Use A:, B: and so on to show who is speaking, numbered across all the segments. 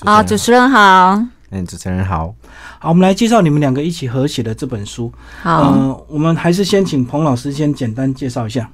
A: 啊、主持人好，
B: 哎
C: 嗯，主持人好，好，我们来介绍你们两个一起合写的这本书。
A: 好、
C: 嗯，我们还是先请彭老师先简单介绍一下。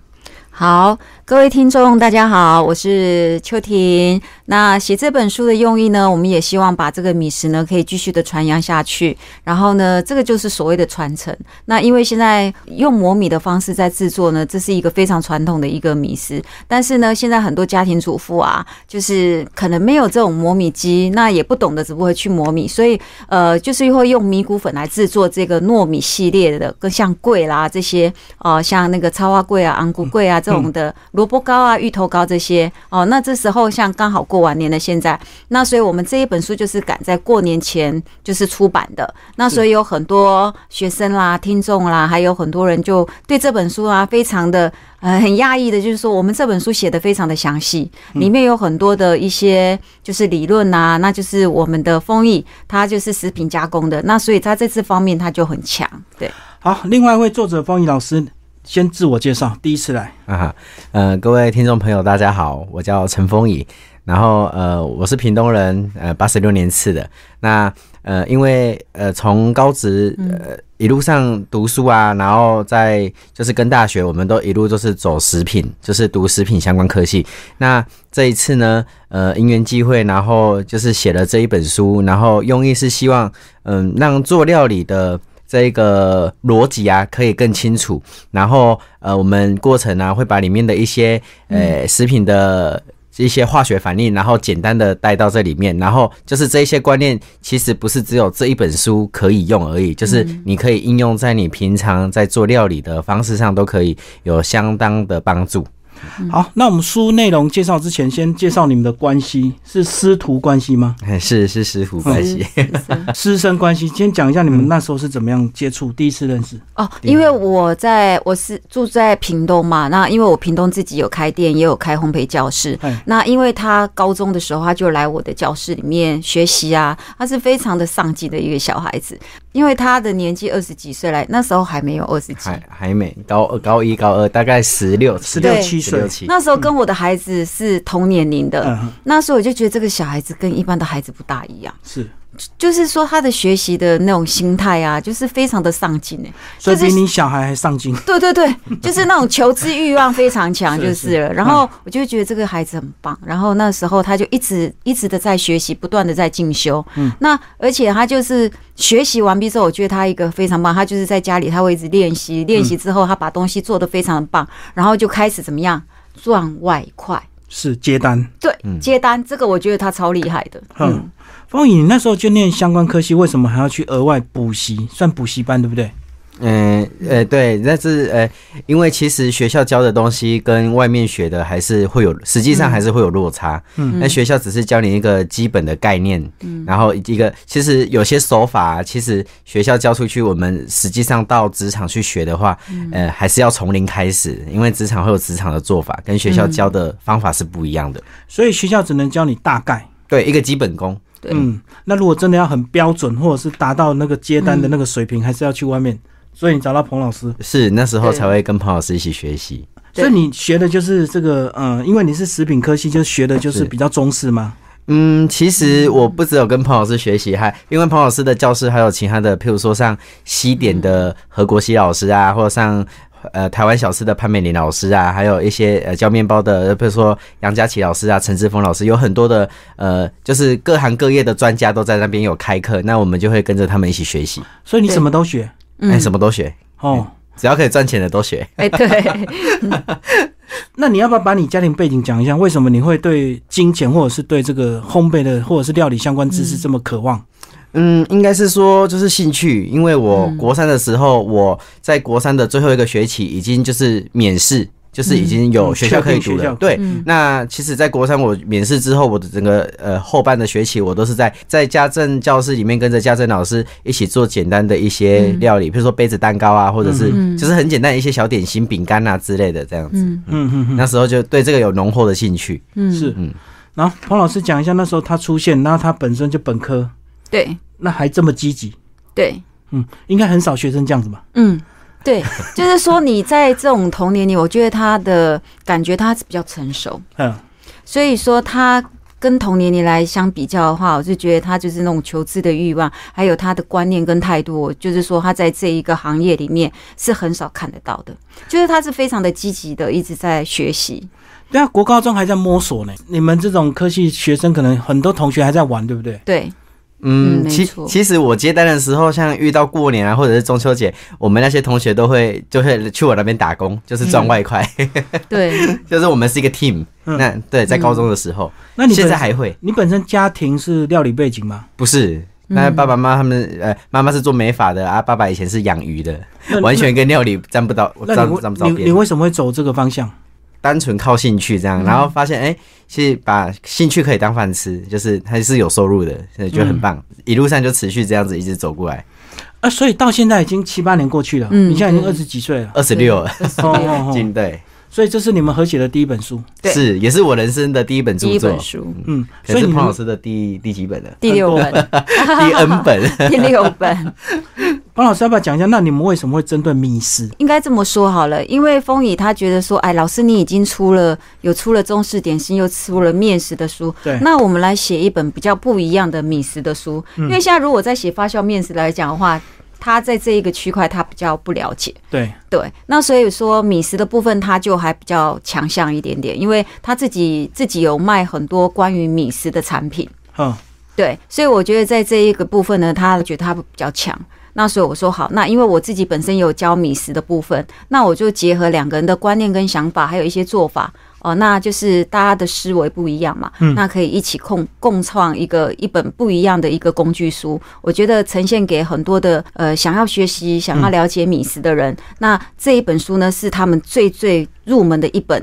A: 好，各位听众大家好，我是秋婷。那写这本书的用意呢，我们也希望把这个米食呢可以继续的传扬下去。然后呢，这个就是所谓的传承。那因为现在用磨米的方式在制作呢，这是一个非常传统的一个米食。但是呢，现在很多家庭主妇啊，就是可能没有这种磨米机，那也不懂得怎么会去磨米，所以呃，就是会用米谷粉来制作这个糯米系列的，跟像桂啦这些呃，像那个超花桂啊、昂古桂啊这种的萝卜糕啊、芋头糕这些哦、那这时候像刚好过完年的现在，那所以我们这一本书就是赶在过年前就是出版的。那所以有很多学生啦、听众啦，还有很多人就对这本书啊非常的呃很讶异的，就是说我们这本书写的非常的详细，里面有很多的一些就是理论啊，那就是我们的工艺，它就是食品加工的，那所以它在这方面它就很强。对，
C: 好，另外一位作者方怡老师先自我介绍，第一次来。
B: 啊哈，呃，各位听众朋友，大家好，我叫陈丰仪，然后呃，我是屏东人，呃，八十六年次的。那呃，因为呃，从高职呃一路上读书啊，然后在就是跟大学，我们都一路都是走食品，就是读食品相关科系。那这一次呢，呃，因缘际会，然后就是写了这一本书，然后用意是希望，嗯、让做料理的。这个逻辑啊，可以更清楚。然后呃，我们过程啊，会把里面的一些
A: 嗯
B: 呃食品的一些化学反应，然后简单的带到这里面。然后就是这一些观念，其实不是只有这一本书可以用而已，就是
A: 嗯
B: 你可以应用在你平常在做料理的方式上，都可以有相当的帮助。
C: 好，那我们书内容介绍之前，先介绍你们的关系，是师徒关系吗？
B: 哎是是师傅关系。
A: 是是是
C: 师生关系？先讲一下你们那时候是怎么样接触，第一次认识。
A: 哦，因为我在我是住在屏东嘛，那因为我屏东自己有开店，也有开烘焙教室
C: 哎。
A: 那因为他高中的时候，他就来我的教室里面学习啊，他是非常的上进的一个小孩子。因为他的年纪二十几岁来，那时候还没有二十几，
B: 还还没高二高一高二，大概十六十
C: 六
A: 对
C: 七岁
B: 六，七。
A: 那时候跟我的孩子是同年龄的。
C: 嗯，
A: 那时候我就觉得这个小孩子跟一般的孩子不大一样，
C: 是，
A: 就是说他的学习的那种心态啊，就是非常的上进哎、
C: 所以
A: 就是
C: 比你小孩还上进。
A: 对对对，就是那种求知欲望非常强，
C: 是
A: 就是了。然后我就觉得这个孩子很棒，然后那时候他就一直一直的在学习，不断的在进修。嗯，那而且他就是学习完毕之后，我觉得他一个非常棒，他就是在家里他会一直练习，练习之后他把东西做得非常棒，然后就开始怎么样赚外快。
C: 是接单。
A: 对，接单这个我觉得他超厉害的。嗯
C: 嗯，方颖，你那时候就念相关科系，为什么还要去额外补习？算补习班对不对？
B: 嗯呃，对，但是呃，因为其实学校教的东西跟外面学的还是会有，实际上还是会有落差。嗯，那学校只是教你一个基本的概念，嗯，然后一个其实有些手法、啊其实学校教出去，我们实际上到职场去学的话，呃，还是要从零开始，因为职场会有职场的做法，跟学校教的方法是不一样的。
C: 所以学校只能教你大概。
B: 对，一个基本功。
A: 对
C: 嗯，那如果真的要很标准，或者是达到那个接单的那个水平，还是要去外面。所以你找到彭老师，
B: 是那时候
A: 对
B: 才会跟彭老师一起学习。
A: 嗯对
C: 所以你学的就是这个，嗯，因为你是食品科系，就学的就是
B: 是
C: 比较中式嘛。
B: 嗯，其实我不只有跟彭老师学习，还因为彭老师的教室还有其他的，譬如说像西点的何国熙老师啊，或者像呃台湾小吃的潘美玲老师啊，还有一些呃教面包的，比如说杨佳琪老师啊、陈志峰老师，有很多的呃，就是各行各业的专家都在那边有开课，那我们就会跟着他们一起学习，
C: 所以你
A: 对
C: 什么都学
B: 哎、
A: 嗯，
B: 什么都学，
C: 哦。
B: 只要可以赚钱的都学。
A: 哎、对，
C: 那你要不要把你家庭背景讲一下？为什么你会对金钱，或者是对这个烘焙的，或者是料理相关知识这么渴望？
B: 嗯，应该是说就是兴趣，因为我
C: 嗯
B: 国三的时候，我在国三的最后一个学期已经就是免试，就是已经有学校可以读
C: 嗯嗯确定学
B: 了。
C: 校
B: 对，那其实，在国三我免试之后，我的整个呃后半的学期，我都是在在家政教室里面跟着家政老师一起做简单的一些
C: 嗯
B: 料理，比如说杯子蛋糕啊，或者是就是很简单的一些小点心、饼干啊之类的这样子。
C: 嗯嗯嗯，
B: 那时候就对这个有浓厚的兴趣。
A: 嗯，
C: 是
B: 嗯。
C: 然后彭老师讲一下那时候他出现，然后他本身就本科，
A: 对
C: 那还这么积极，
A: 对。
C: 嗯，应该很少学生这样子吧？
A: 嗯， 对，就是说你在这种童年里，我觉得他的感觉他是比较成熟，
C: 嗯，
A: 所以说他跟同年龄来相比较的话，我就觉得他就是那种求知的欲望，还有他的观念跟态度，我就是说他在这一个行业里面是很少看得到的，就是他是非常的积极的，一直在学习。
C: 对啊，国高中还在摸索呢。你们这种科系学生，可能很多同学还在玩，对不对？
A: 对，嗯
B: 嗯，
A: 没
B: 其
A: 错
B: 其实我接单的时候，像遇到过年啊，或者是中秋节，我们那些同学都会就会去我那边打工，就是赚外快，
A: 对，
B: 就是我们是一个 team
C: 嗯
B: 那对，在高中的时候，
C: 那你
B: 现
C: 本
B: 在还会
C: 你本身家庭是料理背景吗？
B: 不是？那爸爸妈妈他们，呃，妈妈是做美发的啊，爸爸以前是养鱼的，
C: 那
B: 完全跟料理沾不到，沾
C: 那那你
B: 沾不
C: 为
B: 到
C: 你
B: 边。
C: 你为什么会走这个方向？
B: 单纯靠兴趣这样，然后发现哎、是把兴趣可以当饭吃，就是它是有收入的，所以就很棒。一路上就持续这样子一直走过来，
C: 啊，所以到现在已经七八年过去了，
A: 嗯
C: 你现在已经二
A: 对
C: 十几岁了，
B: 二十六
C: 哦 哦哦
B: 进队，
C: 所以这是你们合写的第一本书，
A: 对
B: 是也是我人生的第一本
A: 第
B: 著
A: 一
B: 作
A: 本，书，？
C: 嗯，
B: 可
C: 所以
B: 是
C: 你
B: 彭老
C: 们
B: 师的第第几本呢
A: 第六 本，
B: 第 N 本，
A: 第六本。
C: 潘老师要不要讲一下？那你们为什么会针对米食？
A: 应该这么说好了，因为风雨他觉得说，哎，老师你已经出了有出了中式点心，又出了面食的书，
C: 对
A: 那我们来写一本比较不一样的米食的书，因为现在如果在写发酵面食来讲的话，他在这一个区块他比较不了解。
C: 对，
A: 对，那所以说米食的部分，他就还比较强项一点点，因为他自己自己有卖很多关于米食的产品，
C: 嗯，
A: 对，所以我觉得在这一个部分呢，他觉得他比较强。那所以我说好，那因为我自己本身有教米食的部分，那我就结合两个人的观念跟想法，还有一些做法哦，那就是大家的思维不一样嘛，那可以一起共共创一个一本不一样的一个工具书。我觉得呈现给很多的呃想要学习、想要了解米食的人，那这一本书呢是他们最最入门的一本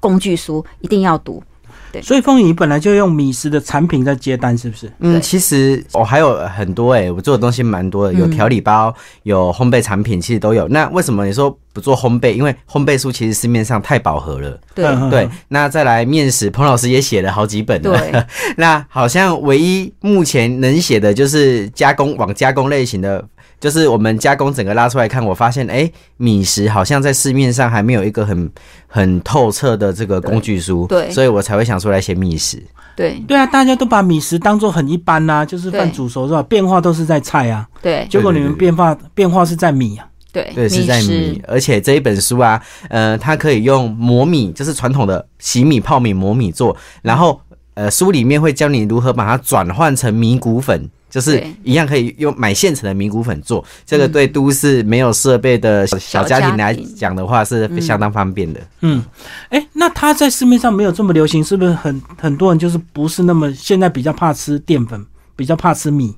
A: 工具书，一定要读。
B: 哎
A: 对
C: 所以风雨本来就用米食的产品在接单，是不是？
A: 对
B: 嗯，其实我、哦还有很多哎、我做的东西蛮多的，有
A: 嗯
B: 调理包，有烘焙产品，其实都有。那为什么你说不做烘焙？因为烘焙书其实市面上太饱和了。
A: 对
C: 嗯
B: 对，，那再来面食，彭老师也写了好几本啊了。
A: 对，
B: 那好像唯一目前能写的就是加工往加工类型的，就是我们加工整个拉出来看，我发现哎、诶米食好像在市面上还没有一个很很透彻的这个工具书，
A: 对对
B: 所以我才会想出来写米食。
A: 对
C: 对啊，大家都把米食当做很一般呐、就是饭
A: 对
C: 煮熟是吧？变化都是在菜啊，
A: 对
C: 结果你们
B: 对对对
C: 变化变化是在米啊。
A: 对
B: 对，是在米，而且这一本书啊，呃，它可以用磨米，就是传统的洗米、泡米、磨米做，然后呃，书里面会教你如何把它转换成米谷粉。就是
A: 对
B: 一样可以用买现成的米谷粉做，这个对都市没有设备的小嗯小家庭来讲的话是相当方便的。
C: 嗯，哎，那它在市面上没有这么流行，是不是很很多人就是不是那么现在比较怕吃淀粉，比较怕吃米，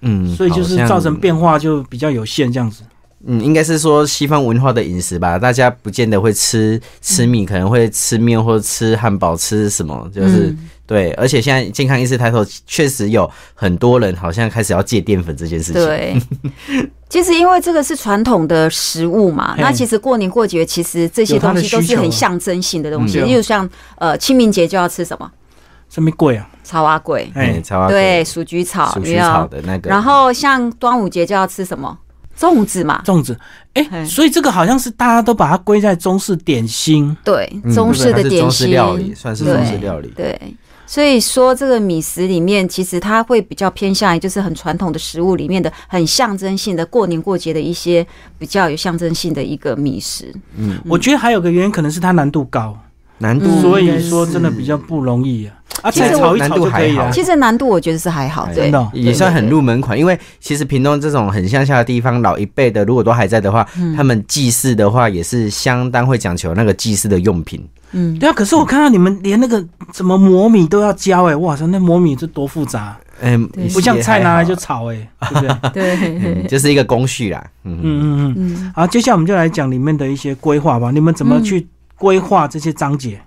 B: 嗯，
C: 所以就是造成
B: 好像
C: 变化就比较有限这样子。
B: 嗯，应该是说西方文化的饮食吧，大家不见得会吃吃米，可能会吃面或者吃汉堡，吃什
A: 嗯
B: 么就是、对。而且现在健康意识抬头，确实有很多人好像开始要戒淀粉这件事情。，
A: 对。其实，因为这个是传统的食物嘛，
C: 嘿
A: 那其实过年过节，其实这些
C: 有它
A: 东
C: 的
A: 西都
C: 需
A: 是
C: 求
A: 很
C: 啊
A: 象征性的东西，
C: 嗯
A: 例如像呃清明节就要吃什么
C: 什么贵啊？
A: 草蛙粿，
C: 哎
B: 哎，，超好
A: 对，鼠菊草，
B: 鼠
A: 有
B: 须
A: 没有
B: 草的那个，
A: 然后像端午节就要吃什么粽子嘛，
C: 粽子，哎，
A: 嘿
C: 所以这个好像是大家都把它归在中式点心。
A: 对，
B: 嗯
A: 中式
B: 它
A: 的
B: 是
A: 点
B: 中式
A: 心，
B: 料理算是中式
A: 对
B: 料
C: 嗯
B: 理。
A: 对，所以说这个米食里面，其实它会比较偏向于就是很传统的食物里面的很象征性的过年过节的一些比较有象征性的一个米食。
B: 嗯
C: 我觉得还有个原因可能是它难度高，
B: 难度
A: 嗯
C: 所
B: 应该
C: 以
B: 是
C: 说真的比较不容易啊。啊，
A: 其实
C: 菜
A: 我
C: 炒一炒
B: 难度
C: 就可以啊
B: 还
C: 了
B: 好。
A: 其实难度我觉得是还好，
B: 嗯哎
A: 对
C: 真的哦
B: 也算很入门款，因为其实屏东这种很乡下的地方，老一辈的如果都还在的话，
A: 嗯
B: 他们祭祀的话也是相当会讲求那个祭祀的用品。
A: 嗯，
C: 对啊，可是我看到你们连那个怎么磨米都要教哎、哇塞，那磨米这多复杂啊、
B: 嗯，
A: 对
B: 也是
C: 不像菜
B: 也还
C: 拿
B: 好
C: 来就炒哎、对 不对？
A: 对
B: 嗯，就是一个工序啦。嗯，
C: 嗯嗯嗯。
A: 嗯，
C: 好，接下来我们就来讲里面的一些规划吧，你们怎么
A: 嗯
C: 去规划这些章节？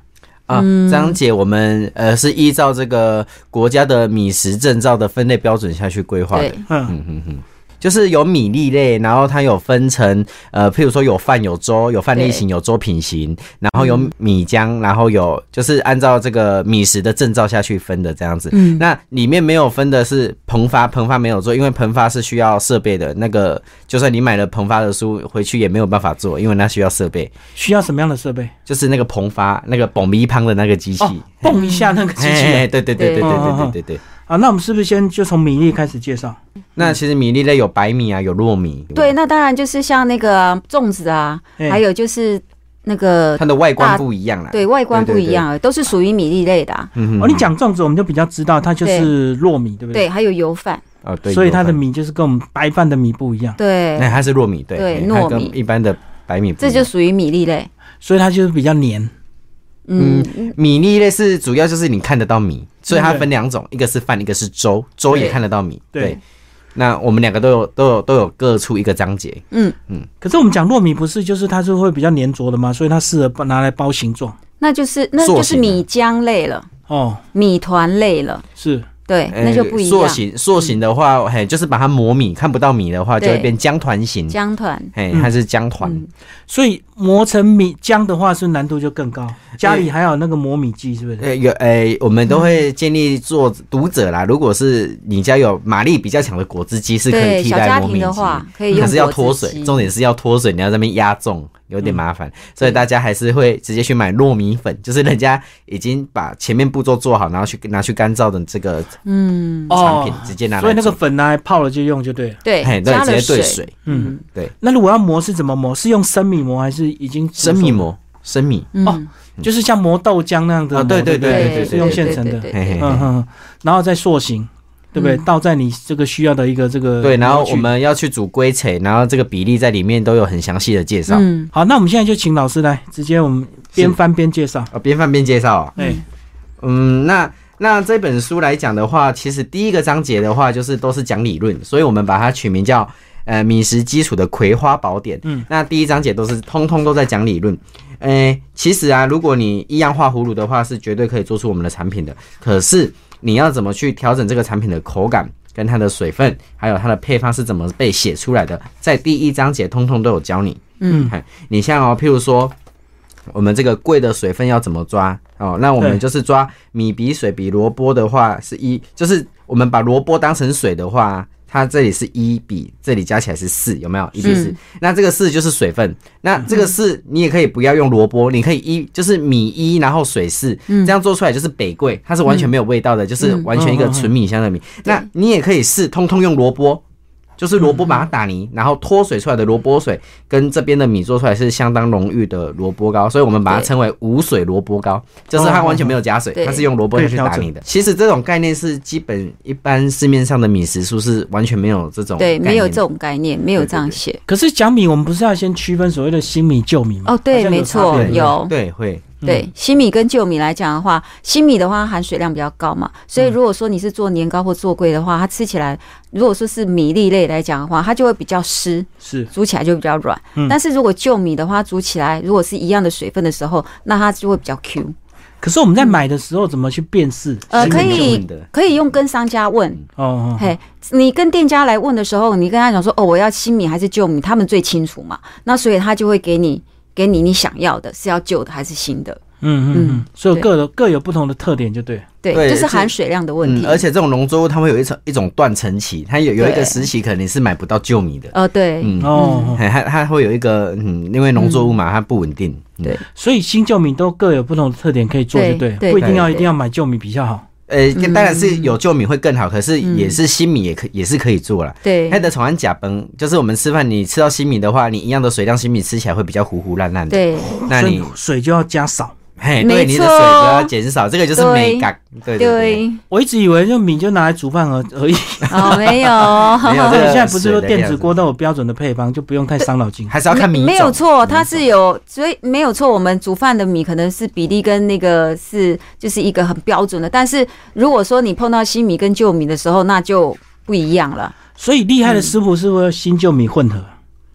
B: 啊，张姐，我们呃是依照这个国家的米食证照的分类标准下去规划的。
A: 对，
C: 嗯，
B: 嗯哼哼，就是有米粒类，然后它有分成呃，譬如说有饭有粥，有饭粒
A: 对
B: 型，有粥品型，然后有米浆，然后有就是按照这个米食的证照下去分的这样子。
A: 嗯
B: 那里面没有分的是膨发，膨发没有做，因为膨发是需要设备的。那个就算你买了膨发的书回去也没有办法做，因为那需要设备，
C: 需要什么样的设备？
B: 就是那个膨发那个蹦咪胖的那个机器。
C: 哦，蹦一下那个机
A: 啊
C: 器
B: 嗯嘿嘿
C: 人
B: 嘿对对
A: 嗯
B: 对对对对对对对。
C: 啊。那我们是不是先就从米粒开始介绍？
B: 那其实米粒类有白米啊，有糯米。
A: 对，，那当然就是像那个粽子啊，
C: 哎
A: 还有就是那个
B: 它的外观不一样啦。
A: 对外观不一样，啊都是属于米粒类的啊。
B: 嗯哼，
C: 哦，你讲粽子，我们就比较知道它就是糯米，对不对？
A: 对，还有油饭，
B: 哦，对，
C: 所以它
B: 有
C: 的
B: 分
C: 米就是跟我们白饭的米不一样，
A: 对，
B: 那它是糯米，对
A: 对
B: 嘿
A: 糯
B: 它跟
A: 米
B: 一般的白米不一
A: 这
B: 样，
A: 就属于米粒类。
C: 所以它就是比较黏。
A: 嗯，
B: 米粒类是主要就是你看得到米，所以它
C: 对
B: 分两种，一个是饭，一个是粥，粥也
A: 对
B: 看得到米。
C: 对
B: 对，那我们两个都有都有都有各出一个章节。
C: 可是我们讲糯米不是就是它是会比较粘着的吗？所以它适合拿来包形状。
A: 那就是那就是
B: 啊
A: 米浆类了，
C: 哦，
A: 米团类了，
C: 是
A: 对，哎那就不一
B: 哎塑
A: 样。
B: 形塑形的话，嘿，就是把它磨米，看不到米的话，就
A: 对
B: 会变浆团形。
A: 浆团，
B: 嘿，
C: 嗯
B: 它是浆团，
A: 嗯
C: 所以磨成米浆的话，是难度就更高。家里还有那个磨米机，是不是？
B: 呃，有呃，我们都会建议做读者啦。如果是你家有马力比较强的果汁机，是可以
A: 对，
B: 替
A: 小
B: 代
A: 家
B: 磨
A: 庭
B: 米
A: 的
B: 机。
A: 话可以
B: 可
A: 用
B: 是要
A: 果
B: 脱
A: 汁
B: 水，
A: 机嗯
B: 重点是要脱水，你要在那边压重，有点麻烦，所以大家还是会直接去买糯米粉，就是人家已经把前面步骤做好，然后去拿去干燥的这个
A: 嗯，
B: 产品、直接拿来
C: 哦所以那个
B: 煮
C: 粉拿来泡了就用就对了。
A: 对
B: 嘿，，哎对，
A: 加了
B: 直接兑
A: 水，
B: 水，
C: 嗯，
B: 对，
C: 那如果要磨是怎么磨？是用生米磨还是已经煮熟
B: 生米？磨，生米，
C: 哦
A: 嗯，
C: 就是像磨豆浆那样的
B: 啊
C: 磨。
B: 对对
C: 不
B: 对对对
C: 是用现成的。
A: 对对
B: 嘿嘿嘿
A: 对
C: 嗯哼，然后再塑形，对不对？
A: 嗯
C: 倒在你这个需要的一个这个
B: 对，然后
C: 模具
B: 我们要去煮龟腿，然后这个比例在里面都有很详细的介绍，啊、
A: 嗯，
C: 好，那我们现在就请老师来直接我们边翻边介绍。
B: 边饭边介绍、哦，
C: 哎，
B: 嗯，那那这本书来讲的话，其实第一个章节的话，就是都是讲理论，所以我们把它取名叫呃米食基础的葵花宝典。
C: 嗯，
B: 那第一章节都是通通都在讲理论。诶、其实啊，如果你一样画葫芦的话，是绝对可以做出我们的产品的。可是你要怎么去调整这个产品的口感？跟它的水分，还有它的配方是怎么被写出来的，在第一章节通通都有教你。
A: 嗯
B: 嗨，你像哦，譬如说，我们这个贵的水分要怎么抓哦？那我们
C: 对
B: 就是抓米比水比萝卜的话是一，就是我们把萝卜当成水的话，它这里是一比这里加起来是四，有没有？一比四、
A: 嗯
B: 那这个四就是水分，那这个四你也可以不要用萝卜，你可以一就是米一，然后水四，
A: 嗯
B: 这样做出来就是北桂，它是完全没有味道的，就是完全一个纯米香的米。那你也可以试，通通用萝卜。就是萝卜把它打泥，然后脱水出来的萝卜水跟这边的米做出来是相当浓郁的萝卜糕，所以我们把它
A: 对
B: 称为无水萝卜糕，就是它完全没有加水，
A: 对
B: 它是用萝卜下去打泥的。其实这种概念是基本一般市面上的米食书是完全没有这种
A: 对，
B: 概念
A: 没有这种概念，没有这样写。
C: 可是讲米，我们不是要先区分所谓的新米旧米吗？
A: 哦，
C: 好
A: 对，
C: 像
A: 没
C: 差
A: 错
C: 别，嗯
B: 对
A: 有。
B: 对会
A: 对，新米跟旧米来讲的话，新米的话含水量比较高嘛，所以
B: 嗯
A: 如果说你是做年糕或做粿的话，它吃起来，如果说是米粒类来讲的话，它就会比较湿，
C: 是
A: 煮起来就比较软。
C: 嗯
A: 但是如果旧米的话，煮起来如果是一样的水分的时候，那它就会比较 Q。
C: 可是我们在买的时候怎么去辨识？
A: 呃，
B: 是
A: 可
B: 没有
A: 以
B: 问的嗯
A: 可以用跟商家问，
C: 哦，哦
A: 嘿，你跟店家来问的时候，你跟他讲说，哦，我要新米还是旧米，他们最清楚嘛。那所以他就会给你给你你想要的，是要旧的还是新的？
C: 嗯嗯嗯
A: 嗯，
C: 所以
A: 对
C: 各有各有不同的特点，就对。
A: 对，
B: 对
A: 这是
B: 这
A: 含水量的问题。
B: 嗯，而且这种农作物它会有一层一种断层期，它有有一个
A: 对
B: 时期可能是买不到旧米的，
A: 呃，对，
B: 嗯，
C: 哦，哦
B: 嘿它它会有一个嗯，因为农作物嘛，它不稳定，嗯
A: 对
C: 所以新旧米都各有不同的特点可以做，就
A: 对
C: 对，
A: 对
C: 不一定要
A: 对
C: 一
A: 对
C: 定要买旧米比较好。
B: 呃，
A: 嗯
B: 当然是有旧米会更好，可是
A: 嗯
B: 也是新米也可也是可以做啦。
A: 对，
B: 还得从安甲崩，就是我们吃饭，你吃到新米的话，你一样的水量，新米吃起来会比较糊糊烂烂的。，
A: 对，
B: 那
C: 所
B: 你
C: 以水就要加少。
B: 嘿，
A: 没
B: 对你的水
A: 错
B: 就要减少，这个就是美
A: 对
B: 感。对对，
A: 对，
C: 我一直以为就米就拿来煮饭而而已，
A: 哦，没有，
B: 没有
C: 那
B: 这个
C: 你 现在不是说
B: 水的
C: 电
B: 量
C: 子锅都有标准的配方，就不用太伤脑筋。
B: 还是要看米
A: 没没有
B: 种嗯
A: 错，
B: 米
A: 它
B: 种
A: 是有，所以没有错。我们煮饭的米可能是比例跟那个是就是一个很标准的，但是如果说你碰到新米跟旧米的时候，那就不一样了。
C: 所以厉害的师傅是会新旧米混合。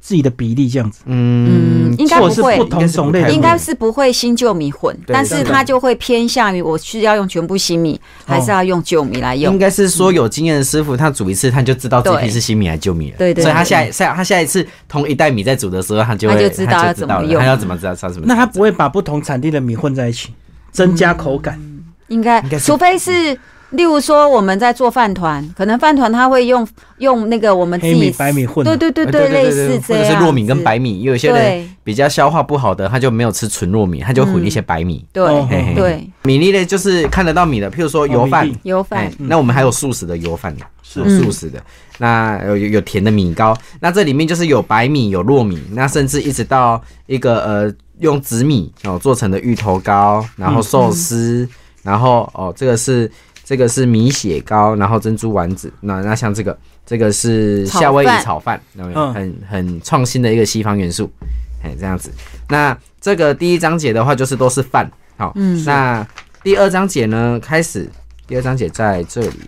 C: 自己的比例这样子，
A: 嗯，应该
C: 或
A: 不
C: 者是
A: 会
C: 不。同种类
B: 太
C: 的
B: 多
A: 应该是不会新旧米混，
B: 对
A: 但是
B: 对
A: 它就会偏向于我是要用全部新米，还是要用旧米来用
B: 应？该是说有经验的师傅，他煮一次他就知道这
A: 对
B: 批是新米还是旧米了。
A: 对对
B: 所以他
A: 对
B: 下下他下一次同一袋米在煮的时候，他就
A: 他
B: 会
A: 就知道
B: 他
A: 要
B: 就知
A: 怎么
B: 道了
A: 用
B: 他要怎么知道他什么？
C: 那它不会把不同产地的米混在一起，增加口感。
A: 应该
B: 应该，是
A: 除非是，例如说我们在做饭团，可能饭团它会用用那个我们自
C: 黑米
A: 己
C: 白米混
A: 嗯对对对
B: 哎
A: 类似这
B: 或者
A: 样
B: 是
A: 子，
B: 糯米跟白米，也有一些
A: 对
B: 人比较消化不好的，他就没有吃纯糯米，他就混一些白
A: 嗯
B: 米。
C: 哦
A: 对
B: 嘿嘿
A: 对
B: 米粒类就是看得到米的，譬如说油
C: 哦
B: 饭
C: 米粒，
A: 油
B: 哎
A: 饭，
B: 那我们还有素食的油饭，
C: 是
A: 嗯
B: 有素食的，那呃有有有甜的米糕，那这里面就是有白米，有糯米，那甚至一直到一个呃用紫米哦做成的芋头糕，然后寿司，
A: 嗯
B: 然后哦这个是这个是米血糕，然后珍珠丸子，那那像这个这个是夏威夷
A: 炒饭
B: 炒饭，有没有？
C: 嗯
B: 很很创新的一个西方元素，哎这样子。那这个第一章节的话就是都是饭，好、那第二章节呢开始，第二章节在这里。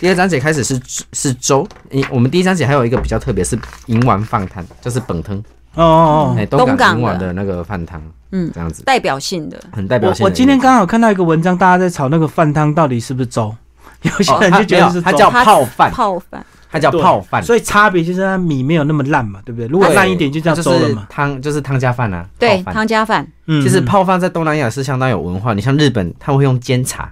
B: 第二章节开始是是粥，因我们第一章节还有一个比较特别是银丸饭汤，就是本汤，
C: 哦哦
B: 哎、
C: 哦，
B: 东
A: 东港
B: 港银丸
A: 的
B: 的那个饭汤，
A: 嗯
B: 这样子
A: 代表性的，
B: 很代表
C: 我
B: 性的一个。
C: 我今天刚好看到一个文章，大家在炒那个饭汤到底是不是粥， 有些人就觉得是
B: 它
C: 粥。
B: 叫
A: 它
B: 泡饭，
A: 泡饭，
B: 它叫泡饭，
C: 所以差别就是它米没有那么烂嘛，对不对？如果
B: 对
C: 烂一点就叫
B: 就
C: 粥了
B: 是
C: 嘛。
B: 汤，就是汤加饭啊。
A: 对
B: 泡饭
A: 汤加饭，
C: 嗯，
B: 其实泡饭在东南亚是相当有文化，你像日本，他会用煎茶，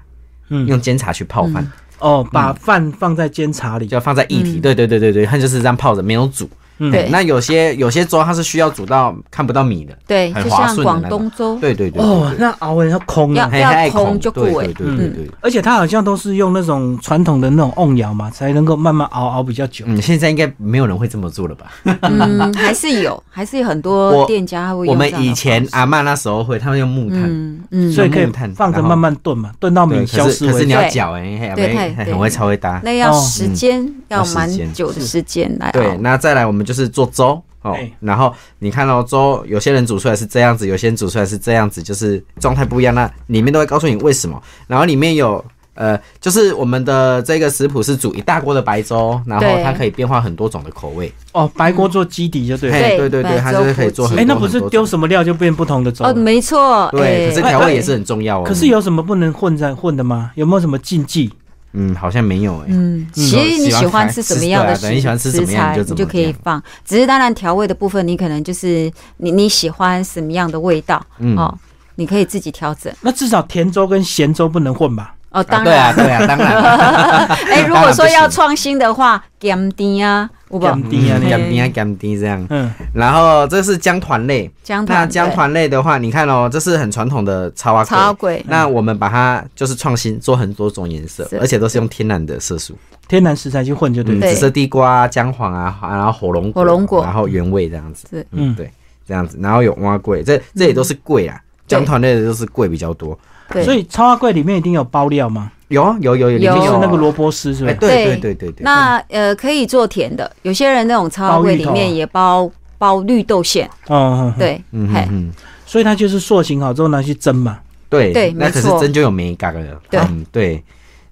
C: 嗯
B: 用煎茶去泡饭，
C: 哦，
B: 嗯
C: 把饭放在煎茶里
B: 就，要放在一体。
A: 嗯
B: 对对对对对，它就是这样泡着，没有煮。
C: 嗯
A: 对
B: 那有些有些粥它是需要煮到看不到米的。
A: 对，
B: 很
A: 就
B: 滑
A: 像
B: 顺的
A: 广
B: 那
A: 东粥，
B: 对对对
C: 哦
B: 对，对
C: 那熬完要空
A: 要
C: 啊，
B: 嘿
A: 要
B: 嘿
A: 空
B: 空
A: 就
B: 对
A: 过嗯
B: 对对对对。
C: 而且它好像都是用那种传统的那种瓮窑嘛，才能够慢慢熬熬比较久。
B: 嗯，现在应该没有人会这么做了吧？
A: 嗯，还是有，还是有很多
B: 我
A: 店家会
B: 我
A: 用这
B: 们
A: 样的
B: 以前啊
A: 方式
B: 阿嬷那时候会，他们用木炭，
A: 嗯嗯，
C: 所以可以
B: 木炭
C: 放着
B: 然后
C: 慢慢炖嘛，炖到
B: 对
C: 米
B: 可
C: 消
B: 是
C: 失
B: 可是
C: 为
B: 你
C: 止。
B: 要
A: 对
B: 搅哎，嘿
A: 对
B: 很
A: 对
B: 很会超会搭。
A: 那要
C: 哦
A: 时间要
B: 要时
A: 蛮
B: 间
A: 久的
C: 是
A: 时间来
B: 对，
A: 熬，
B: 那再来我们就是做粥哦
C: 哎，
B: 然后你看到粥，有些人煮出来是这样子，有些人煮出来是这样子，就是状态不一样。那里面都会告诉你为什么，然后里面有。呃，就是我们的这个食谱是煮一大锅的白粥，然后
A: 对
B: 它可以变化很多种的口味。
C: 哦，白锅做基底就对了。
B: 嘿
A: 对
B: 对对
A: 白
B: 对，它
A: 粥
B: 就是可以
A: 补
B: 做
A: 鸡
B: 很
C: 哎，
B: 多
C: 那不
B: 很
C: 是
B: 多
C: 丢
B: 种
C: 什么料就变不同的粥
A: 哦，
C: 了？
A: 没错，
B: 对，可是
A: 哎
B: 调味也是很重要哦。
C: 可是有什么不能混在混的吗？有没有什么禁忌？
B: 嗯，好像没有哎、
A: 嗯，其实你喜欢吃什么样的
B: 喜欢吃对啊等你喜欢吃
A: 食
B: 什么样
A: 材
B: 你就，怎
A: 你
B: 么
A: 就可以
B: 样
A: 放。只是当然调味的部分，你可能就是你你喜欢什么样的味道，
B: 嗯
A: 哦，你可以自己调整。
C: 那至少甜粥跟咸粥不能混吧？
A: 哦，
B: 啊
A: 当
B: 对啊，
A: 然，
B: 对啊，当然，
A: 哎，如
B: 当然
A: 果
B: 不
A: 说要
B: 行
A: 创新的话，咸甜啊，有不？
C: 咸甜啊
B: 嗯
C: 那
A: 样
B: 甘甜啊甘甜这样。
C: 嗯，
B: 然后这是姜团类，
A: 姜
B: 那
A: 团，
B: 姜团类的话，你看哦，这是很传统的超啊
A: 对超贵，
B: 那我们把它就是创新，做很多种颜色
A: 是，
B: 而且都是用天然的色素，
C: 天然食材去混就
B: 嗯，
C: 对了。
A: 对
B: 紫色地瓜、姜黄啊，然后火龙
A: 火龙果
B: 然后原味这样子，
A: 是
B: 嗯，
C: 嗯
B: 对，这样子，然后有蛙桂，这这也都是桂啊，
A: 嗯对
B: 姜团类的都是桂比较多，
A: 对，
C: 所以超花柜里面一定有包料吗？
B: 有啊有有有，里面
A: 有
C: 就是
B: 有
C: 那个萝卜丝是吧
B: 哎，？对
A: 对
B: 对对对对，
A: 那呃可以做甜的，有些人那种超
C: 包
A: 贵
C: 芋
A: 里
C: 头
A: 面
C: 啊
A: 也包包绿豆馅，
C: 哦，嗯，嗯
A: 对，
B: 嗯
A: 嘿
B: 嗯，嗯。
C: 所以它就是塑形好之后拿去蒸嘛。
B: 对
A: 对
B: 那
A: 没
B: 可是
A: 错
B: 蒸就有美感了。
A: 对
B: 嗯，对，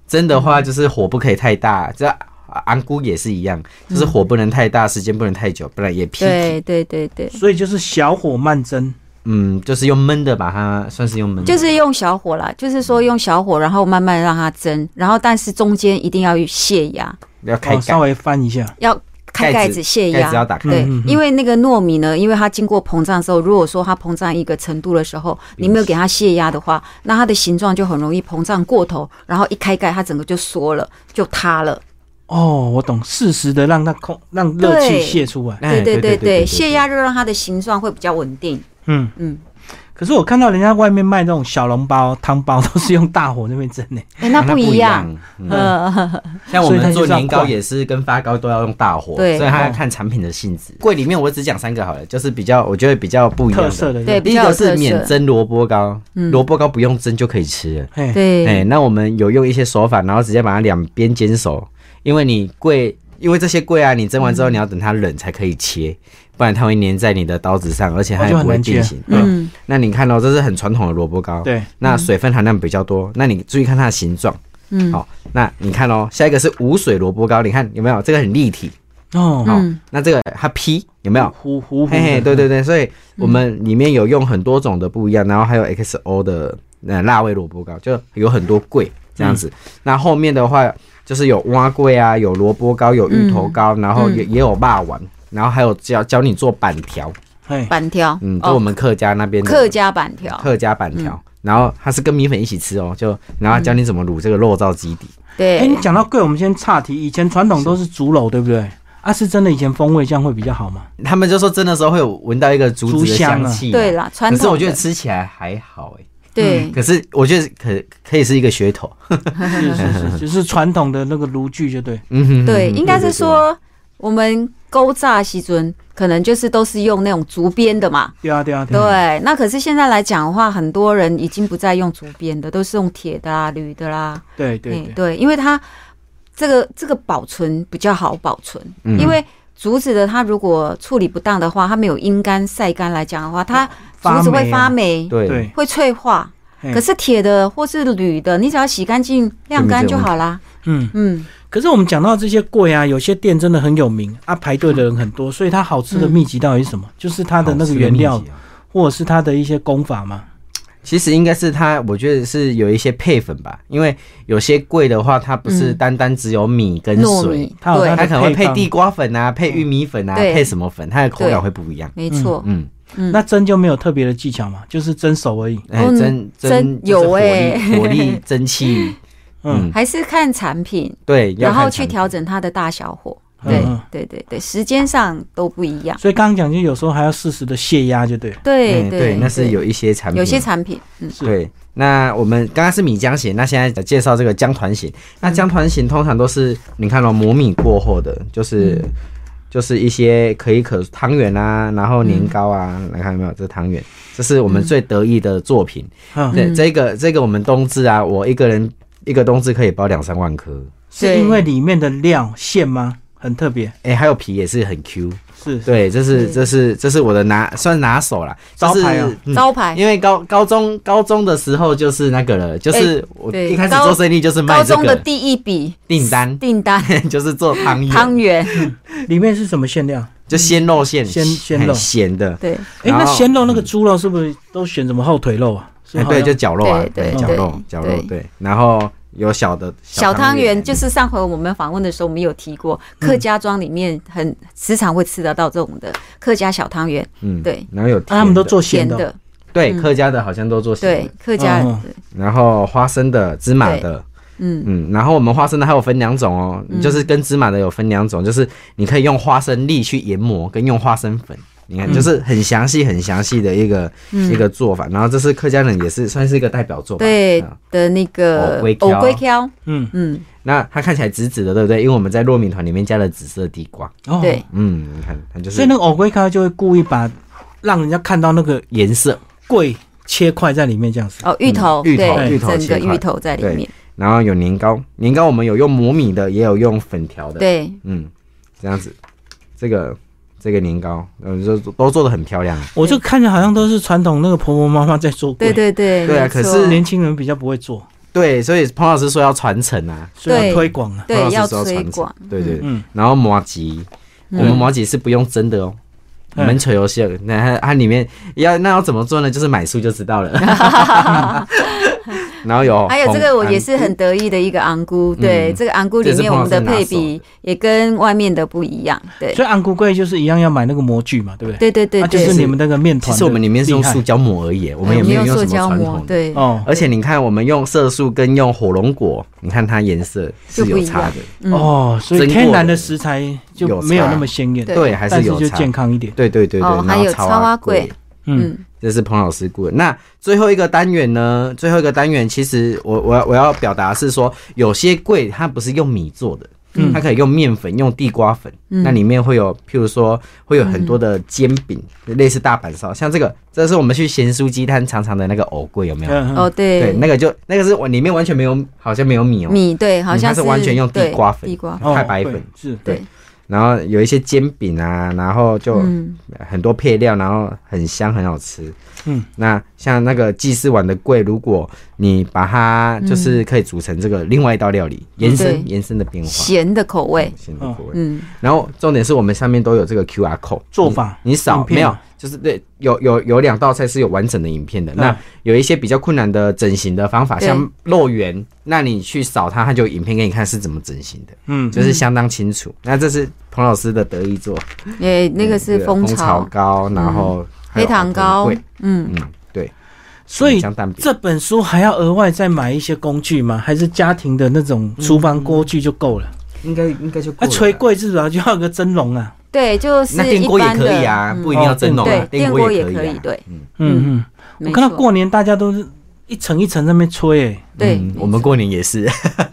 B: 蒸的话就是火不可以太大，这啊安菇也是一样，就是火不能太大，时间不能太久，不然也劈
A: 对对对对，
C: 所以就是小火慢蒸，
B: 嗯，就是用焖的把它，算是用焖的，
A: 就是用小火啦，就是说用小火，然后慢慢让它蒸，然后但是中间一定要泄压，
B: 要开
C: 哦，
B: 盖
C: 稍，微翻一下。
A: 要开盖
B: 盖
A: 子
B: 子
A: 泄
B: 盖子要
A: 压。
B: 打开。
A: 对
C: 嗯嗯，嗯
A: 因为那个糯米呢，因为它经过膨胀之后，如果说它膨胀一个程度的时候，你没有给它泄压的话，那它的形状就很容易膨胀过头，然后一开盖它整个就缩了，就塌了。
C: 哦，我懂，适时的让它空，让热气
A: 对
C: 泄出来。
B: 哎
A: 对对
B: 对
A: 对，泄压就让它的形状会比较稳定。
C: 嗯，
A: 嗯，
C: 可是我看到人家外面卖那种小笼包、汤包，都是用大火那边蒸呢。
A: 哎，那
B: 啊
A: 不
B: 一
A: 一样。。
B: 嗯
A: 呃，
B: 像我
C: 所以它
B: 们
C: 就
B: 做
C: 是要
B: 年糕
C: 快
B: 也是跟发糕都要用大火，
A: 对
B: 所以它要看产品的性质。柜里面我只讲三个好了，就是比较我觉得比较不一样
C: 特色的
A: 对
B: 第一
A: 比较有
B: 个
A: 特色
B: 是
A: 嗯
B: 免蒸萝卜糕，萝卜糕不用蒸就可以吃了。
C: 嘿，
B: 哎、
A: 对，
B: 那我们有用一些手法，然后直接把它两边煎熟，因为你桂，因为这些桂啊，你蒸完之后你要等它冷才可以切，不然它会粘在你的刀子上，而且它
C: 哦
B: 也
C: 就很
B: 不会
C: 难切嗯
B: 定型。对，
A: 嗯，
B: 那你看到、哦这是很传统的萝卜糕，，
C: 对，
B: 那水分含量比较多，那你注意看它的形状，
A: 嗯
B: 哦好、那你看哦，下一个是无水萝卜糕，你看有没有这个很立体，
C: 哦，
B: 好、
A: 嗯
B: 那这个它 P 有没有？
C: 糊糊糊，
B: 嘿嘿，对对对，所
A: 嗯
B: 以我们里面有用很多种的不一样，然后还有 XO 的呃辣味萝卜糕，就有很多柜这样
A: 嗯
B: 子。那后面的话就是有蛙柜啊，有萝卜糕，有芋头糕，
A: 嗯
B: 然后也、也有霸丸，然后还有教教你做板条，
C: 嘿，
A: 板条，
B: 嗯，就我
A: 哦，
B: 们客家那边的
A: 客家嗯板条，
B: 客家板条。然后它是跟米粉一起吃哦，就然后教你怎么卤这个肉燥基底，
C: 哎，
A: 对
C: 你，讲到贵，我们先岔题，以前传统都是竹篓，对不对？啊，是真的以前风味这样会比较好吗？
B: 他们就说蒸的时候会有闻到一个竹
C: 竹
B: 子的
C: 香啊
B: 香气嘛，
A: 对啦，传
B: 可是
A: 统的
B: 我觉得吃起来还好哎、
A: 对，
B: 可是我觉得可可以是一个噱头，
C: 是是是， 就是传统的那个炉具，就对。
B: 嗯哼
A: 对，应该是说我们勾炸西尊可能就是都是用那种竹编的嘛。
C: 对啊，对啊，对啊。
A: 对，那可是现在来讲的话，很多人已经不再用竹编的，都是用铁的啦、铝的啦。
C: 对对
A: 哎
C: 对，
A: 对，因为它这个这个保存比较好保存，
B: 嗯
A: 因为竹子的它如果处理不当的话，它没有阴干晒干来讲的话，它竹子会发
C: 哦发啊
A: 霉，
B: 啊对
C: 对，
A: 会脆化。
C: 嘿
A: 可是铁的或是铝的，你只要洗干净、晾干就好啦。
C: 嗯，
A: 嗯，
C: 可是我们讲到这些柜啊，有些店真的很有名啊，排队的人很多，所以它好吃的秘籍到底是什么？就是它嗯的那啊个原料，或者是它的一些功法嘛。
B: 其实应该是它，我觉得是有一些配粉吧，因为有些贵的话，它不是单单只有米跟
A: 嗯糯
B: 水，
A: 米，
C: 它有
A: 对
C: 它
B: 它可能会
C: 配
B: 配
C: 方
B: 地瓜粉啊，配玉米粉啊，
A: 对
B: 配什么粉，它的口感会不一样。
A: 没错，
B: 嗯，
A: 嗯
C: 那蒸就没有特别的技巧嘛，就是蒸熟而已。
B: 哎，
A: 嗯
B: 蒸
A: 真
B: 就是
A: 有欸
B: 火力火力蒸 汽，
C: 嗯
B: 嗯，
A: 还是看产品，
B: 对，要
A: 然后
B: 看
A: 去
B: 产
A: 调整它的大小火。
C: 嗯
A: 对
C: 嗯
A: 对对对，时间上都不一样。
C: 所以刚刚讲，就有时候还要适时的泄压，就对了。
A: 对
B: 哎
A: 对
B: 对，那是有一些产品，
A: 有些产品，嗯，
C: 是
B: 对，那我们刚刚是米浆型，那现在介绍这个姜团型。那姜团型通常都是你看到、哦磨米过后的，就是、就是一些可以可汤圆啊，然后年糕啊，来看到没有？这是汤圆，这是我们最得意的作品。
C: 嗯，
B: 对，这个这个我们冬至啊，我一个人一个冬至可以包两三万颗。
C: 是因为里面的料馅吗？很特别，
B: 哎、还有皮也是很 Q，嗯
C: 是
B: 对，这是
A: 对
B: 这是这是我的拿算拿手啦，
C: 招
B: 就是
C: 牌啊
B: 嗯
A: 招牌，
B: 因为高高中高中的时候就是那个了，就是我
A: 对
B: 一开始
A: 高
B: 做生意就是卖
A: 高
B: 这
A: 中的
B: 个
A: 第一笔
B: 订 单，
A: 订 单
B: 就是做汤圆，
A: 汤圆，
C: 里面是什么馅料？
B: 就鲜肉馅，
C: 鲜鲜
B: 很
C: 肉
B: 咸的，
A: 对
C: 哎，
B: 然
C: 那
B: 后
C: 鲜肉那个猪肉是不是都选什么后腿肉啊？是
B: 哎
C: 好像
B: 对，就绞肉啊，
A: 对对
B: 绞
A: 对
B: 肉绞肉
A: 对
B: 对，然后有小嗯的
A: 小汤圆，就是是上回我们访问的时候，我们有提过，客家庄里面很时常会吃得到这种的客家小汤圆，
B: 嗯
A: 对，
B: 然后有
C: 啊他们
B: 甜
C: 都
B: 的
C: 做
A: 甜
C: 咸的哦，
A: 的，
B: 对
A: 嗯
B: 客家的好像都做咸
A: 对
B: 的，，
A: 客家
C: 嗯，
A: 对
B: 然后花生的、芝麻的，
A: 嗯，
B: 嗯，然后我们花生的还有分两种哦，
C: 嗯
B: 就是跟芝麻的有分两种，就是你可以用花生粒去研磨，跟用花生粉。你
C: 嗯
B: 看，就是很详细、很详细的一个、一个做法。然后这是客家人也是算是一个代表作吧。
A: 对
B: 嗯
A: 的那个
B: 藕龟条
A: 藕龟挑，
C: 嗯，
A: 嗯，
B: 那它看起来紫紫的，对不对？因为我们在糯米团里面加了紫色地瓜。
C: 哦
A: 对，
B: 嗯，你看，它就是
C: 所以那个藕龟咖就会故意把让人家看到那个
B: 颜色。
C: 桂切块在里面这样子。
A: 哦，芋头，
B: 嗯芋头
A: 对，
B: 芋头
A: 整个
B: 切块
A: 芋头在里
B: 对
A: 面，
B: 然后有年糕，年糕我们有用磨米的，也有用粉条的。，
A: 对，
B: 嗯，这样子，这个这个年糕，嗯，就都做的很漂亮。啊
C: 我就看着好像都是传统那个婆婆妈妈在做
A: 对
C: 桂，
A: 对对，
B: 对啊
A: 没
B: 可
A: 错
B: 是
C: 年轻人比较不会做，
B: 对，所以彭老师说要传承啊，
C: 所以
A: 对
C: 要推广啊。
A: 对
B: 黄
A: 要
B: 老师说
A: 推
B: 传承
A: 广，嗯
B: 对对，
C: 嗯
B: 嗯，然后麻吉，我们麻吉是不用蒸的哦。
C: 嗯
B: 门球游戏，那它它里面要那要怎么做呢？就是买书就知道了。 然后有，
A: 还有这个我也是很得意的一个昂菇，对，
B: 嗯
A: 这个昂菇里面我们的配比也跟外面的不一样，对，
C: 所以安菇桂就是一样要买那个模具嘛，对不对？
A: 对对对
C: 那就
A: 对，
C: 是你们那个面
B: 其
C: 团的厉害。
B: 实我们里面是用塑胶膜而已，我们也没有
A: 用
B: 用
A: 嗯塑
B: 什么
A: 胶
B: 传
A: 膜
B: 统，的。
A: 对，
C: 哦
B: 而且你看，我们用色素跟用火龙果，你看它颜色是有差的，
A: 嗯
C: 哦，所以
B: 蒸过
C: 天然的食材就没有那么鲜艳，
A: 有差
B: 对，还
C: 但
B: 是
C: 是
B: 有
C: 就
B: 差
C: 健。康一点。
B: 对对对对，
A: 哦
B: 然
A: 还有
B: 后啊草
A: 草蛙
B: 蛙
A: 粿
B: 粿，
C: 嗯，
A: 嗯
B: 这是彭老师顾问。那最后一个单元呢？最后一个单元，其实我我要我要表达是说，有些柜它不是用米做的，
C: 嗯
B: 它可以用面粉、用地瓜粉，
A: 嗯
B: 那里面会有，譬如说会有很多的煎饼，类似大阪烧，像这个，这是我们去咸酥鸡摊常常的那个藕桂，有没有？
C: 嗯
A: 哦
C: 嗯
A: 对
B: 对，，那个就那个是我里面完全没有，好像没有米哦、
A: 米对，好
B: 它
A: 像
B: 是完全用地瓜粉
A: 对地瓜，
C: 哦
B: 太白粉
C: 对是
A: 对
B: 然后有一些煎饼啊，然后就
A: 嗯
B: 很多配料，然后很香，很好吃。
C: 嗯，
B: 那像那个鸡丝碗的桂，如果你把它就是可以煮成这个另外一道料理，延
A: 嗯对
B: 伸延伸的变化，
A: 咸的口味，
B: 咸的口味。
A: 嗯，
B: 然后重点是我们上面都有这个 QR code
C: 做法
B: 你，你扫
C: 影片
B: 没有？就是对，有有有两道菜是有完整的影片的。
C: 嗯
B: 那有一些比较困难的整形的方法，
A: 对
B: 像肉圆，那你去扫它，它就有影片给你看是怎么整形的，
C: 嗯，
B: 就是相当清楚。那这是彭老师的得意作，
A: 诶，那个是
B: 嗯
A: 蜂
B: 蜂
A: 巢
B: 糕，然后还
A: 黑
B: 有
A: 糖
B: 藕
A: 糕
B: 桂，
A: 嗯，
B: 嗯，对，
C: 所以
B: 姜蛋饼。
C: 这本书还要额外再买一些工具吗？还是家庭的那种厨房锅具就够了？
B: 应该应该就够
C: 那
B: 了
C: 炊柜至少就要有个蒸笼啊。
A: 对，就是
B: 啊那电
A: 一
B: 锅也
A: 般
B: 可
A: 的，
B: 以啊，
A: 嗯
B: 不一定要蒸笼啊
A: 对，，电锅也
B: 可
A: 可
B: 以
A: 以，
B: 啊。
A: 对，
B: 嗯
C: 嗯嗯，
A: 没
C: 我看到
A: 错
C: 过年大家都是一层一层在那边炊、欸，
A: 对
B: 嗯，
A: 没
B: 我们
A: 错
B: 过年也 是，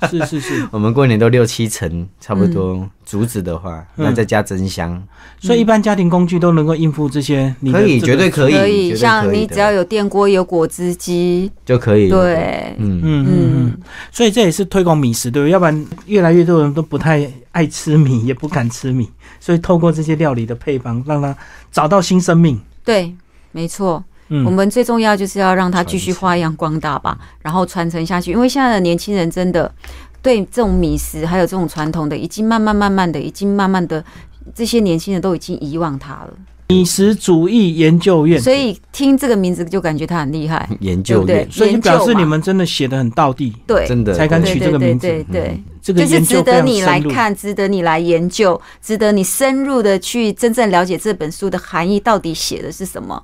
C: 是是是。
B: 我们过年都六七成，差不
A: 嗯
B: 多竹子的话，那再加真香，
C: 所以一般家庭工具都能够应付这些你的
B: 可
C: 这个，
B: 以，绝对可以，
A: 可
B: 绝对
A: 像你
B: 的
A: 只要有电锅，有果汁机，
B: 就可以，，
A: 对，
B: 嗯，
C: 嗯。嗯嗯
A: 嗯，
C: 所以这也是推广米食，对不对？要不然越来越多人都不太爱吃米，也不敢吃米。所以透过这些料理的配方，让它找到新生命。
A: 对，没错。我
C: 嗯，
A: 们最重要就是要让它
B: 传
A: 继续
B: 承
A: 发扬光大吧，然后传承下去。因为现在的年轻人真的对这种米食还有这种传统的，已经慢慢慢慢的，已经慢慢的，这些年轻人都已经遗忘它了。
C: 米食主义研究院，
A: 所以听这个名字就感觉它很厉害，
B: 研
A: 对不
B: 究
A: 对
B: 院？
C: 所以就
A: 研究
C: 表示
A: 嘛
C: 你们真的写的很到地，
A: 对，
B: 真的
C: 才敢
A: 对
C: 取
A: 对
C: 这个
A: 对
C: 名字嗯
A: 对对，
C: 这个
A: 就是
C: 研究
A: 值
C: 非
A: 得
C: 常
A: 你来
C: 深入。
A: 看，值得你来研究，值得你深入的去真正了解这本书的含义到底写的是什么。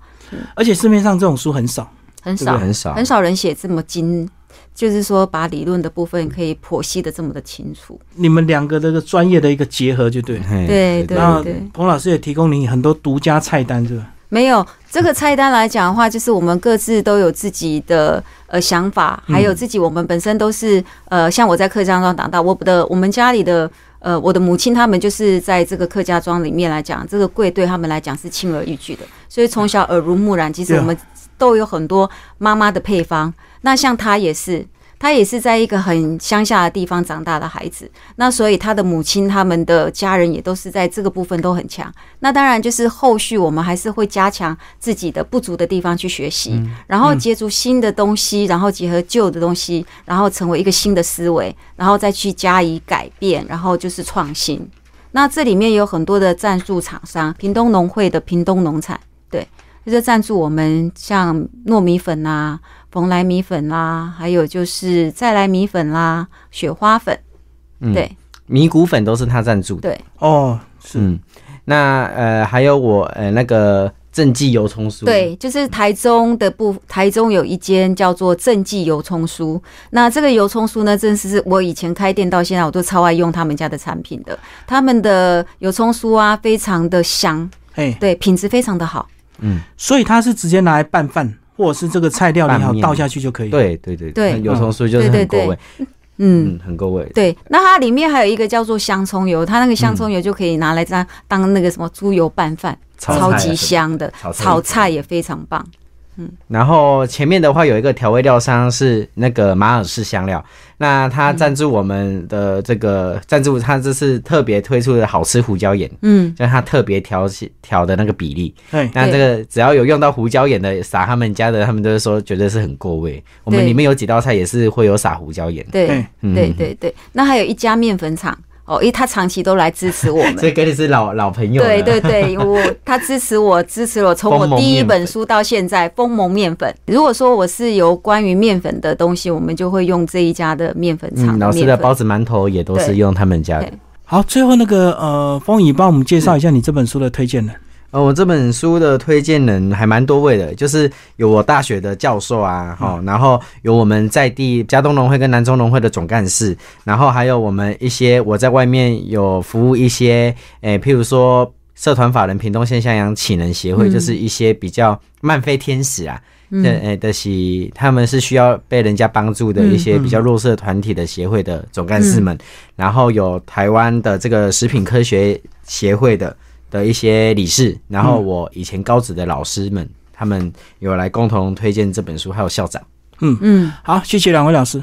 C: 而且市面上这种书很少，
A: 很
B: 这个
A: 少
B: 很少，
A: 很，少人写这么精，就是说把理论的部分可以剖析的这么的清楚。
C: 你们两个这个专业的一个结合就对了。
B: 嘿
A: 对对
C: 那
A: 对
C: 彭老师也提供你很多独家菜单，是吧？
A: 没有这个菜单来讲的话，就是我们各自都有自己的呃想法，还有自己我们本身都是呃，像我在客家庄长大，我的我们家里的呃，我的母亲他们就是在这个客家庄里面来讲，这个贵对他们来讲是轻而易举的，所以从小耳濡目染，其实
C: 对啊
A: 我们都有很多妈妈的配方。那像她也是。她也是在一个很乡下的地方长大的孩子，那所以她的母亲他们的家人也都是在这个部分都很强。那当然就是后续我们还是会加强自己的不足的地方去学习，然后接触新的东西，然后结合旧的东西，然后成为一个新的思维，然后再去加以改变，然后就是创新。那这里面有很多的赞助厂商，屏东农会的屏东农产，对，就是赞助我们像糯米粉啊、蓬莱米粉啦、还有就是再来米粉啦、雪花粉，
B: 嗯
A: 对
B: 米谷粉都是他赞助的，
A: 对，
C: 哦，是
B: 嗯，那呃还有我呃那个正记油葱酥，，
A: 对，就是台中的部，台中有一间叫做正记油葱酥。那这个油葱酥呢，真是是我以前开店到现在，我都超爱用他们家的产品的。他们的油葱酥啊，非常的香，
B: 嗯
C: 哎，
A: 对，品质非常的好。
C: 所以它是直接拿来拌饭，或者是这个菜料理好
B: 拌面
C: 倒下去就可以。，
B: 对对对
A: 对
B: 那油葱酥就是
A: 嗯对
B: 很
A: 对
B: 够味，
A: 嗯，
B: 嗯，很够味，
A: 对。那它里面还有一个叫做香葱油，它那个香葱油就可以拿来当当那个什么猪油拌饭，
B: 炒
A: 超
B: 菜
A: 级
B: 的
A: 香的，
B: 炒菜
A: 炒菜也非常棒。
B: 然后前面的话有一个调味料商是那个马尔氏香料，那他赞助我们的这个赞助，他这次特别推出的好吃胡椒盐，
A: 嗯，
B: 就是他特别调调的那个比例。
C: 哎，
B: 那这个只要有用到胡椒盐的，撒他们家的，他们都是说绝对是很过味。我们
A: 对
B: 里面有几道菜也是会有撒胡椒盐，
A: 对
C: 哎，
B: 嗯
A: 对对对。那还有一家面粉厂哦，因为他长期都来支持我们。
B: 所以跟你是老老朋友了。
A: 对对对，我他支持我，支持我，从我
B: 丰蒙
A: 第一
B: 面
A: 本
B: 粉
A: 书到现 在，《丰蒙面粉》。如果说我是有关于面粉的东西，我们就会用这一家的面粉厂
B: 嗯，
A: 的
B: 老师
A: 面
B: 的
A: 粉。
B: 包子馒头也都是
A: 对
B: 用他们家的
A: 对。
C: 好，最后那个呃，风雨帮我们介绍一下你这本书的推荐人。
B: 呃，我这本书的推荐人还蛮多位的，就是有我大学的教授啊，哈、
A: 嗯
B: 然后有我们在地嘉东农会跟南中农会的总干事，然后还有我们一些我在外面有服务一些，诶、譬如说社团法人屏东县向阳启能协会，
A: 嗯
B: 就是一些比较漫飞天使啊，
A: 嗯
B: 对，诶的是他们是需要被人家帮助的一
A: 嗯
B: 些比较弱势团体的协会的总干事们，然后有台湾的这个食品科学协会的的一些理事，然
A: 嗯
B: 后我以前高职的老师们，他们有来共同推荐这本书，还有校长。
A: 嗯。
C: 好，谢谢两位老师。